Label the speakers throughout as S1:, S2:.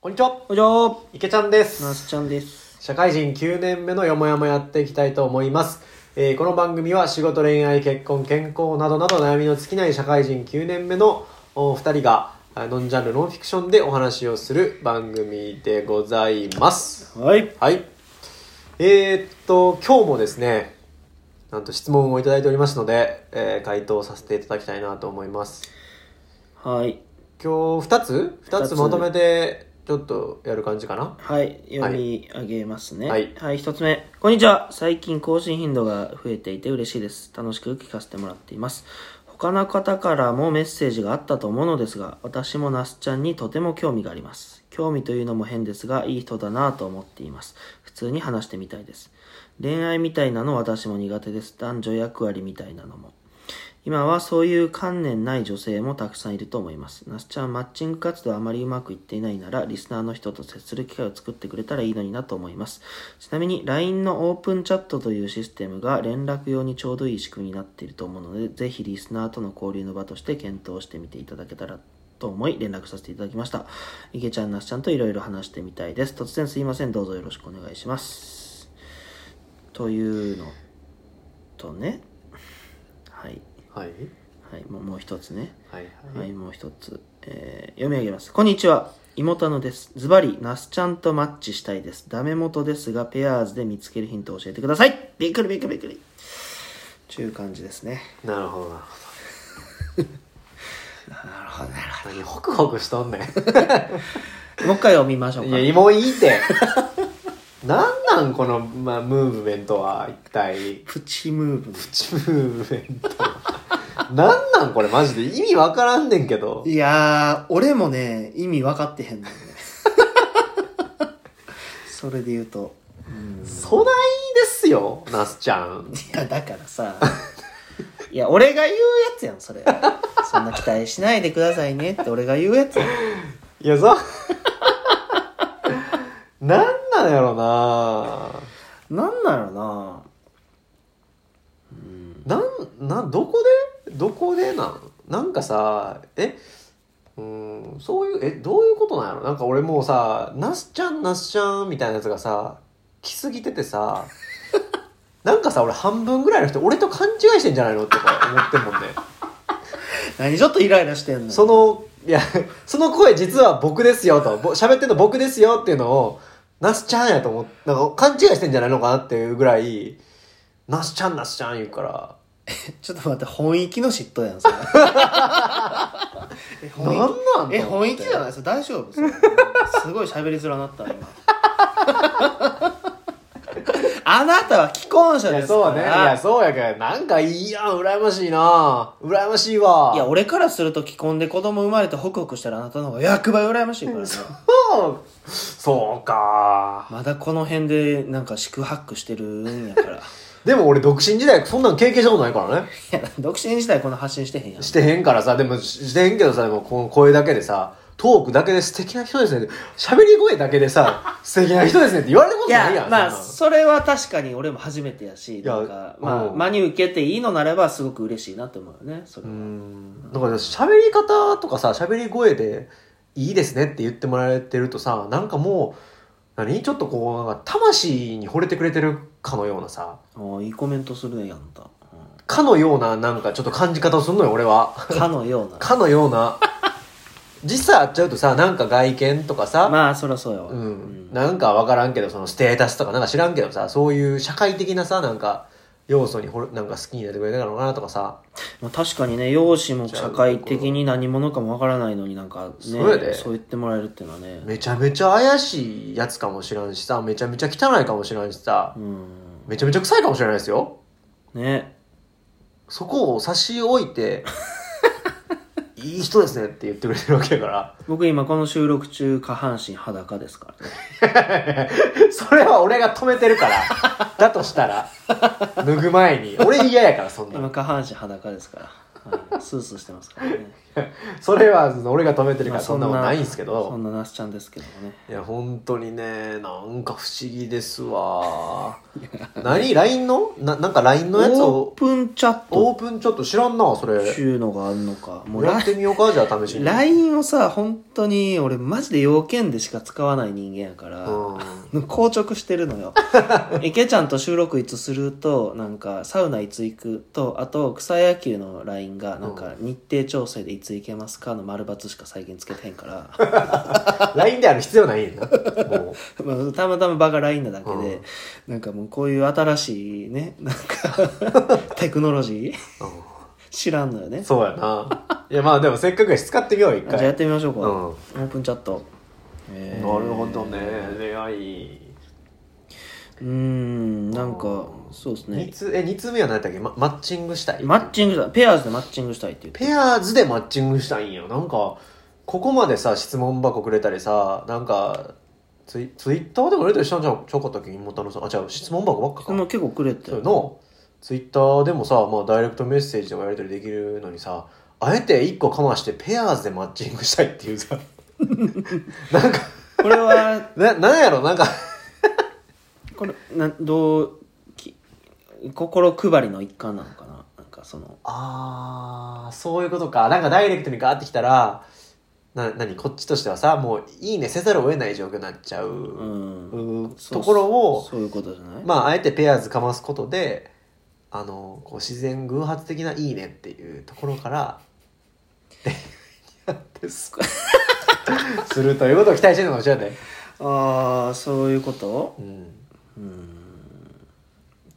S1: こんにちは
S2: こんにちは、
S1: 池ちゃんです
S2: なすちゃんです。
S1: 社会人9年目のよもやもやっていきたいと思います、えーこの番組は仕事恋愛結婚健康などなど悩みの尽きない社会人9年目のお二人があノンジャンルノンフィクションでお話をする番組でございます
S2: はい。
S1: はいえー、っと今日もですねなんと質問をいただいておりますので、えー回答させていただきたいなと思います
S2: はい。
S1: 今日2つ2
S2: 二
S1: つ
S2: つ
S1: まとめてちょっとやる感じかな
S2: はい。読み上げますね。
S1: はい
S2: はい、一つ目。こんにちは。最近更新頻度が増えていて嬉しいです。楽しく聞かせてもらっています。他の方からもメッセージがあったと思うのですが、私もなすちゃんにとても興味があります。興味というのも変ですが、いい人だなぁと思っています。普通に話してみたいです。恋愛みたいなの私も苦手です。男女役割みたいなのも。今はそういう観念ない女性もたくさんいると思います。なすちゃん、マッチング活動あまりうまくいっていないなら、リスナーの人と接する機会を作ってくれたらいいのになと思います。ちなみに、LINE のオープンチャットというシステムが連絡用にちょうどいい仕組みになっていると思うので、ぜひリスナーとの交流の場として検討してみていただけたらと思い、連絡させていただきました。いけちゃん、なすちゃんといろいろ話してみたいです。突然すいません。どうぞよろしくお願いします。というのとね、はい。
S1: はい
S2: はい、もうもう一つね。
S1: はいはい
S2: はい、もう一つ。えー読み上げます。こんにちは。妹のです。ズバリ、ナスちゃんとマッチしたいです。ダメ元ですが、ペアーズで見つけるヒントを教えてください。びっくりびっくりびっくり。ちゅう感じですね。
S1: なるほどなる
S2: なるほど、なる
S1: ほど何ホクホクしとんね
S2: ほど。もう一回読みましょうんか。
S1: いやもういいって なんなんこの、まあ、ムーブメントは一体
S2: プチムーブメン
S1: プチムーブメント なんなんこれマジで意味わからんねんけど
S2: ト。いやー、俺もね、意味分かってへんのよ ね。それで言うと。うん
S1: そないですよナスちゃん
S2: いやだからさいや俺が言うやつやんそれそんな期待しないでくださいねって俺が言うやつやん
S1: いやさ なんなんやろな
S2: なんなのな
S1: なんなんどこでどこでなんなんかさえうーんそういうえどういうことなんやろなんか俺もうさ「なすちゃんなすちゃん」みたいなやつがさ来すぎててさなんかさ俺半分ぐらいの人俺と勘違いしてんじゃないのとか思ってんもんね
S2: 何ちょっとイライラしてんの
S1: そのいやその声実は僕ですよとぼ喋ってんの僕ですよっていうのをなすちゃんやと思ってなんか勘違いしてんじゃないのかなっていうぐらいなすちゃんなすちゃん言うから
S2: ちょっと待って本意気の嫉妬やんそれえ
S1: なんなん
S2: 本
S1: と思って
S2: 意え本意気じゃないそれ大丈夫それすごい喋りづらなった今あなたは既婚
S1: い
S2: 者で
S1: や
S2: すから
S1: そうねいやそうやけどなんかいいやん羨ましいな羨ましいわ
S2: いや俺からすると既婚で子供生まれてホクホクしたらあなたの方が100倍羨ましいからね
S1: そうそうか
S2: まだこの辺でなんか四苦八苦してるんや から。い
S1: でも俺独身時代そんなん経験したことないからね
S2: や、独身時代この発信してへんやん。
S1: してへんからさでもししてへんけどさでもこの声だけでさトークだけで素敵な人ですねって喋り声だけで さ素敵な人ですねって言われること
S2: い
S1: ないやん
S2: や、まあ、
S1: そんなん
S2: それは確かに俺も初めてやし、
S1: や
S2: なんか、まあ、
S1: うん
S2: 真に受けていいのならばすごく嬉しいなって思うよね、それは。
S1: うんだから喋り方とかさ喋り声でいいですねって言ってもらえてるとさなんかもう何ちょっとこうなんか魂に惚れてくれてるかのようなさ
S2: おーいいコメントするね、あんた。 う
S1: かのようななんかちょっと感じ方をするのよ俺は
S2: んかのような。
S1: かのような実際会っちゃうとさなんか外見とかさ、
S2: まあ、そりゃそうやわ。
S1: う
S2: うん
S1: ん、なんか分からんけどそのステータスとかなんか知らんけどさそういう社会的なさなんか要素にほれなんか好きになってくれたのかなとかさ
S2: まあ、確かにね、容姿も社会的に何者かもわからないのになんかね、
S1: そうやで
S2: そう言ってもらえるっていうのはね。
S1: めちゃめちゃ怪しいやつかもしらんしさめちゃめちゃ汚いかもしらんしさ
S2: うん。
S1: めちゃめちゃ臭いかもしれないですよ
S2: ね。
S1: そこを差し置いていい人ですねって言ってくれてるわけやから
S2: 僕今この収録中、下半身裸ですからね。
S1: それは俺が止めてるから。だとしたら。脱ぐ前に。俺嫌やから、そんな
S2: 今
S1: の。
S2: 下半身裸ですから、はい、スースーしてますからね
S1: それは俺が止めてるからそんなもん
S2: まあ
S1: ないんですけ
S2: そ
S1: ど
S2: んななすちゃんですけどもね
S1: いや本当にねなんか不思議ですわ何 LINE のななんか LINE のやつ
S2: オー
S1: を
S2: プンチャット
S1: オープンちょっと知らんなそれ
S2: っちゅうのがあるのかもう
S1: やってみようかじゃあ試しに
S2: LINE をさ本当に俺マジで要件でしか使わない人間やから、
S1: う
S2: 硬直してる のよ池ちゃんと収録いつするとなんかサウナいつ行くとあと草野球の LINE がなんか日程調整でいつ行けますかの丸×しか最近つけてへんから
S1: ん LINE である必要ないんやなもう
S2: まあたまたま場が LINE なだけで、なんかもうこういう新しいねなん かテクノロジー知らんのよね
S1: そうやないやまあでもせっかくやし使ってみよう一
S2: じゃあやっ
S1: 回
S2: てみましょうか、
S1: うん
S2: オープンチャットえ
S1: なる
S2: ー
S1: ほどね出会いう
S2: ーんなんかそうです
S1: 二
S2: ね
S1: つえ二通目は何やったっけ、ま、マッチングしたい
S2: マッチングしたいペアーズでマッチングしたいって言って
S1: ペアーズでマッチングしたいんよなんかここまでさ質問箱くれたりさなんかツイツイッターでもくれたりしたんじゃちょこったっけ妹のさあ違う質問箱ばっか
S2: そ
S1: か
S2: の結構くれて
S1: そうのツイッターでもさ、まあ、ダイレクトメッセージとかやり取りできるのにさあえて一個かましてペアーズでマッチングしたいっていうさなんか
S2: これは
S1: ななんやろなんか
S2: これなどうき心配りの一環なのかななんかその
S1: あー、そういうことか。なんかダイレクトにガーってきたら、な、なに、こっちとしてはさ、もういいねせざるを得ない状況になっちゃ
S2: う
S1: う、
S2: ん
S1: うー
S2: そう
S1: ところを、
S2: そういうことじゃない、
S1: まあ、あえてペアーズかますことで、あの、こう自然偶発的ないいねっていうところから、って、すするということを期待してるのかもしれない。
S2: ああそういうこと
S1: うん。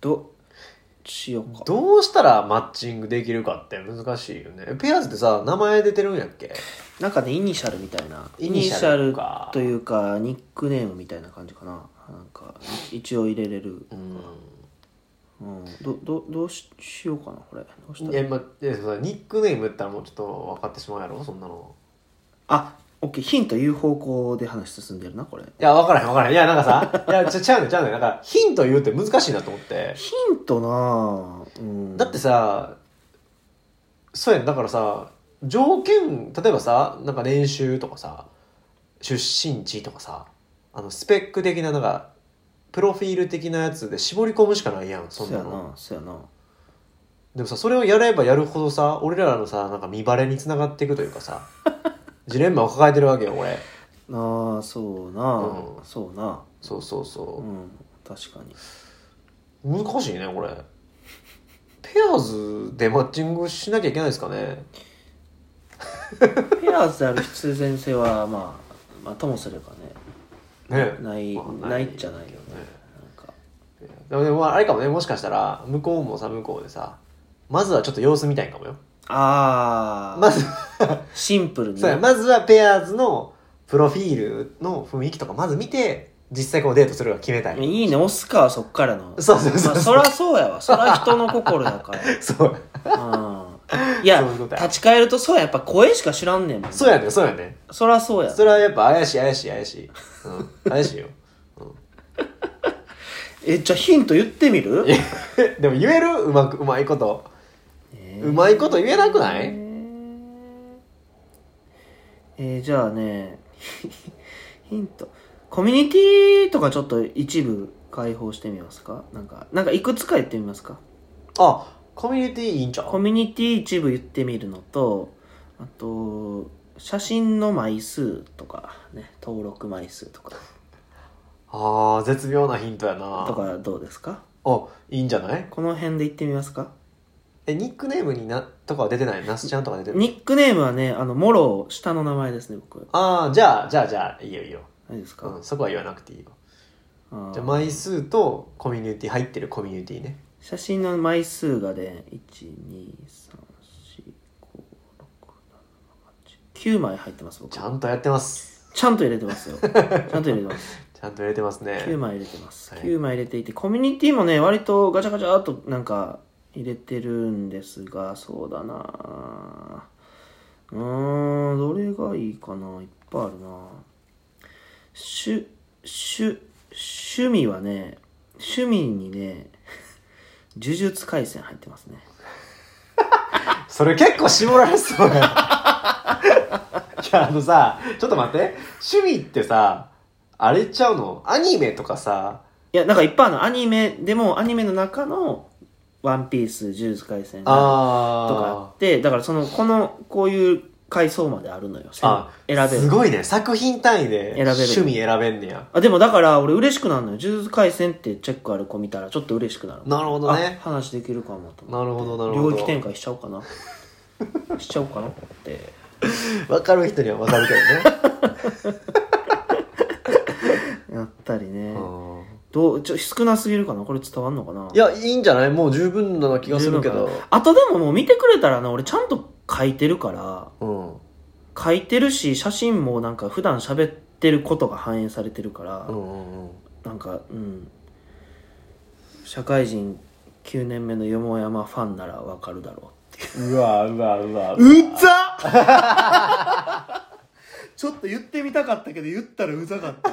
S2: どしようか
S1: どうしたらマッチングできるかって難しいよね。ペアーズってさ、名前出てるんやっけ
S2: なんかねイニシャルみたいな
S1: イニシャル
S2: イニシャ
S1: か
S2: ルというかニックネームみたいな感じかななんか一応入れれる、
S1: うん。
S2: うん、どどどうししようかなこれどうした
S1: い
S2: ら
S1: や、まあ、いやそのニックネーム言ったらもうちょっと分かってしまうやろそんなの
S2: あオッケーヒント言う方向で話進んでるなこれ
S1: いや分からへん分からへんいやなんかさいやちゃちゃうねんちゃうねんなんかヒント言うって難しいなと思って
S2: ヒントなあうん
S1: だってさそうやんだからさ条件例えばさなんか年収とかさ出身地とかさあのスペック的ななんかプロフィール的なやつで絞り込むしかないやんそ
S2: そ
S1: ん
S2: う
S1: な
S2: や
S1: の
S2: なそうやな
S1: でもさそれをやればやるほどさ俺らのさなんか見バレにつながっていくというかさジレンマを抱えてるわけよ俺
S2: ああそうな、
S1: うん
S2: そうな
S1: そうそうそう
S2: う、ん確かに
S1: 難しいねこれペアーズでマッチングしなきゃいけないですかね
S2: ペアーズである必然性はまあまあともすればね
S1: ね
S2: ない、
S1: まあ
S2: ないっちゃないよねなんか
S1: でもでもまああれかもねもしかしたら向こうもさ向こうでさまずはちょっと様子見たいかもよ
S2: ああ、
S1: まず
S2: シンプルに
S1: そうやまずはペアーズのプロフィールの雰囲気とかまず見て実際こうデートするか決めたい
S2: いいね押すかそっからの
S1: そうそうそう
S2: まあ、そらそうやわそら人の心だか
S1: そう
S2: らうんいや
S1: そういうことや
S2: 立ち返るとそうややっぱ声しか知らんねんもん
S1: そうやねそうやね
S2: そらそうや
S1: それはやっぱ怪しい怪しい怪しい、うん、怪 しいよ
S2: えじゃあヒント言ってみる
S1: いやでも言えるうまくうまいこと、うまいこと言えなくない、
S2: えー、じゃあねヒントコミュニティとかちょっと一部開放してみますかなんかなんかいくつか言ってみますか
S1: あコミュニティいいんちゃう
S2: コミュニティ一部言ってみるのとあと写真の枚数とかね登録枚数とか
S1: ああ絶妙なヒントやな
S2: とかどうですか
S1: あいいんじゃない
S2: この辺で言ってみますか
S1: えニックネームになとかは出てないナスちゃんとか出てる
S2: ニックネームはねあのもろ下の名前ですね僕
S1: ああじゃあじゃあじゃあいいよいいよ、
S2: 何です
S1: う
S2: か
S1: ん、、そこは言わなくていいよ
S2: あー
S1: じゃあ枚数とコミュニティ入ってるコミュニティね
S2: 写真の枚数がね123456789枚入ってます僕
S1: ち
S2: ち
S1: ゃんとやってます
S2: ゃんと入れ てますよちゃんと入れてます
S1: ちゃんと入れてますね
S2: 9枚入れてます
S1: はい
S2: 9枚入れていてコミュニティもね割とガチャガチャっとなんか入れてるんですがそうだなうーんどれがいいかないっぱいあるなしゅしゅ趣味はね趣味にね呪術廻戦入ってますね
S1: それ結構絞られそうや いや、あのさ、ちょっと待って。趣味ってさ、あれちゃうのアニメとかさ、
S2: いや、なんかいっぱいあるのアニメでも、アニメの中の、ワンピース、呪術廻戦とかあ
S1: あ
S2: って、だからその、この、こういう階層まであるのよ。
S1: ーあ、
S2: 選べ
S1: す
S2: る。
S1: ごいね。作品単位で
S2: 選べる
S1: 趣味選べんねや。
S2: あ、でもだから俺嬉しくなるのよ。呪術廻戦ってチェックある子見たらちょっと嬉しくなる。
S1: なるほどね
S2: あ話できるかもと思って
S1: なるほどなるほど
S2: 領域展開しちゃおうかなしちゃおうかな って
S1: わかる人にはわかるけ
S2: やったりね、
S1: どね。
S2: どうちょ少なすぎるかなこれ伝わんのかない
S1: いや、いいんじゃないもう十分な気がするけど。
S2: あとでももう見てくれたらな俺ちゃんと書いてるから
S1: うん。
S2: 書いてるし写真もなんか普段喋ってることが反映されてるから、
S1: うんうんうん。
S2: なんかうん社会人9年目のよもやまファンならわかるだろうっていう
S1: うわうわうわ
S2: う ざちょっと言ってみたかったけど言ったらうざかった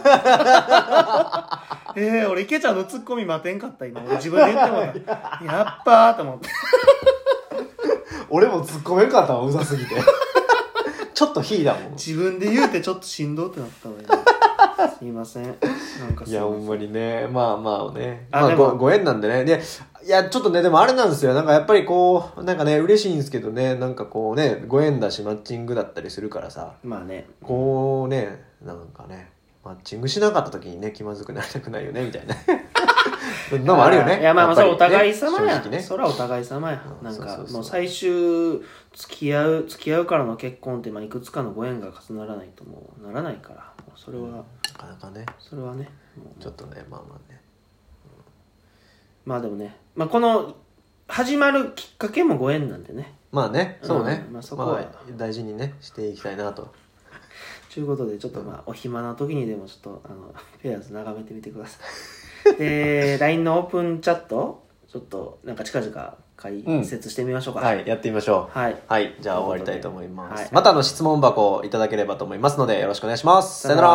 S2: えー、俺池ちゃんのツッコミ待てんかった今俺自分で言ってもらったやっぱーと思って
S1: 俺も突っ込めんかったわうざすぎ てちょっとヒーだもん
S2: 自分で言うてちょっとしんどってなったわ今すいませんなんかす
S1: い
S2: い
S1: やほ
S2: ま
S1: んまにねまあまあね
S2: あ
S1: まあ
S2: でも
S1: ごご縁なんでねでいやちょっとねでもあれなんですよなんかやっぱりこうなんかね嬉しいんですけどねなんかこうねご縁だしマッチングだったりするからさ
S2: せんまあね
S1: こうねなんかねマッチングしなかった時にね気まずくなりたくないよねみたいな のもあるよね
S2: いやまあまあそ
S1: や
S2: れ
S1: っ
S2: お
S1: ぱりね
S2: 互い様や、
S1: 正直ね
S2: それはお互い様や
S1: うん
S2: なん
S1: そうそう
S2: か
S1: そう
S2: もう最終付き合う付き合うからの結婚ってまあいくつかのご縁が重ならないともうならないからもうそれは、
S1: なかなかね
S2: それはねもう
S1: ちょっとねまあまあね
S2: まあでもね、まあ、この始まるきっかけもご縁なんでね
S1: まあねそうね、
S2: うんまあそこは
S1: まあ大事にねしていきたいなと
S2: ということでちょっとまあお暇な時にでもちょっとあの ペアーズ眺めてみてください で LINE のオープンチャットちょっとなんか近々解説してみましょうか、
S1: はい、やってみましょう。
S2: はい
S1: はい、じゃあ終わりたいと思います。
S2: はい
S1: またあの質問箱をいただければと思いますので、よろしくお願いします。さよなら。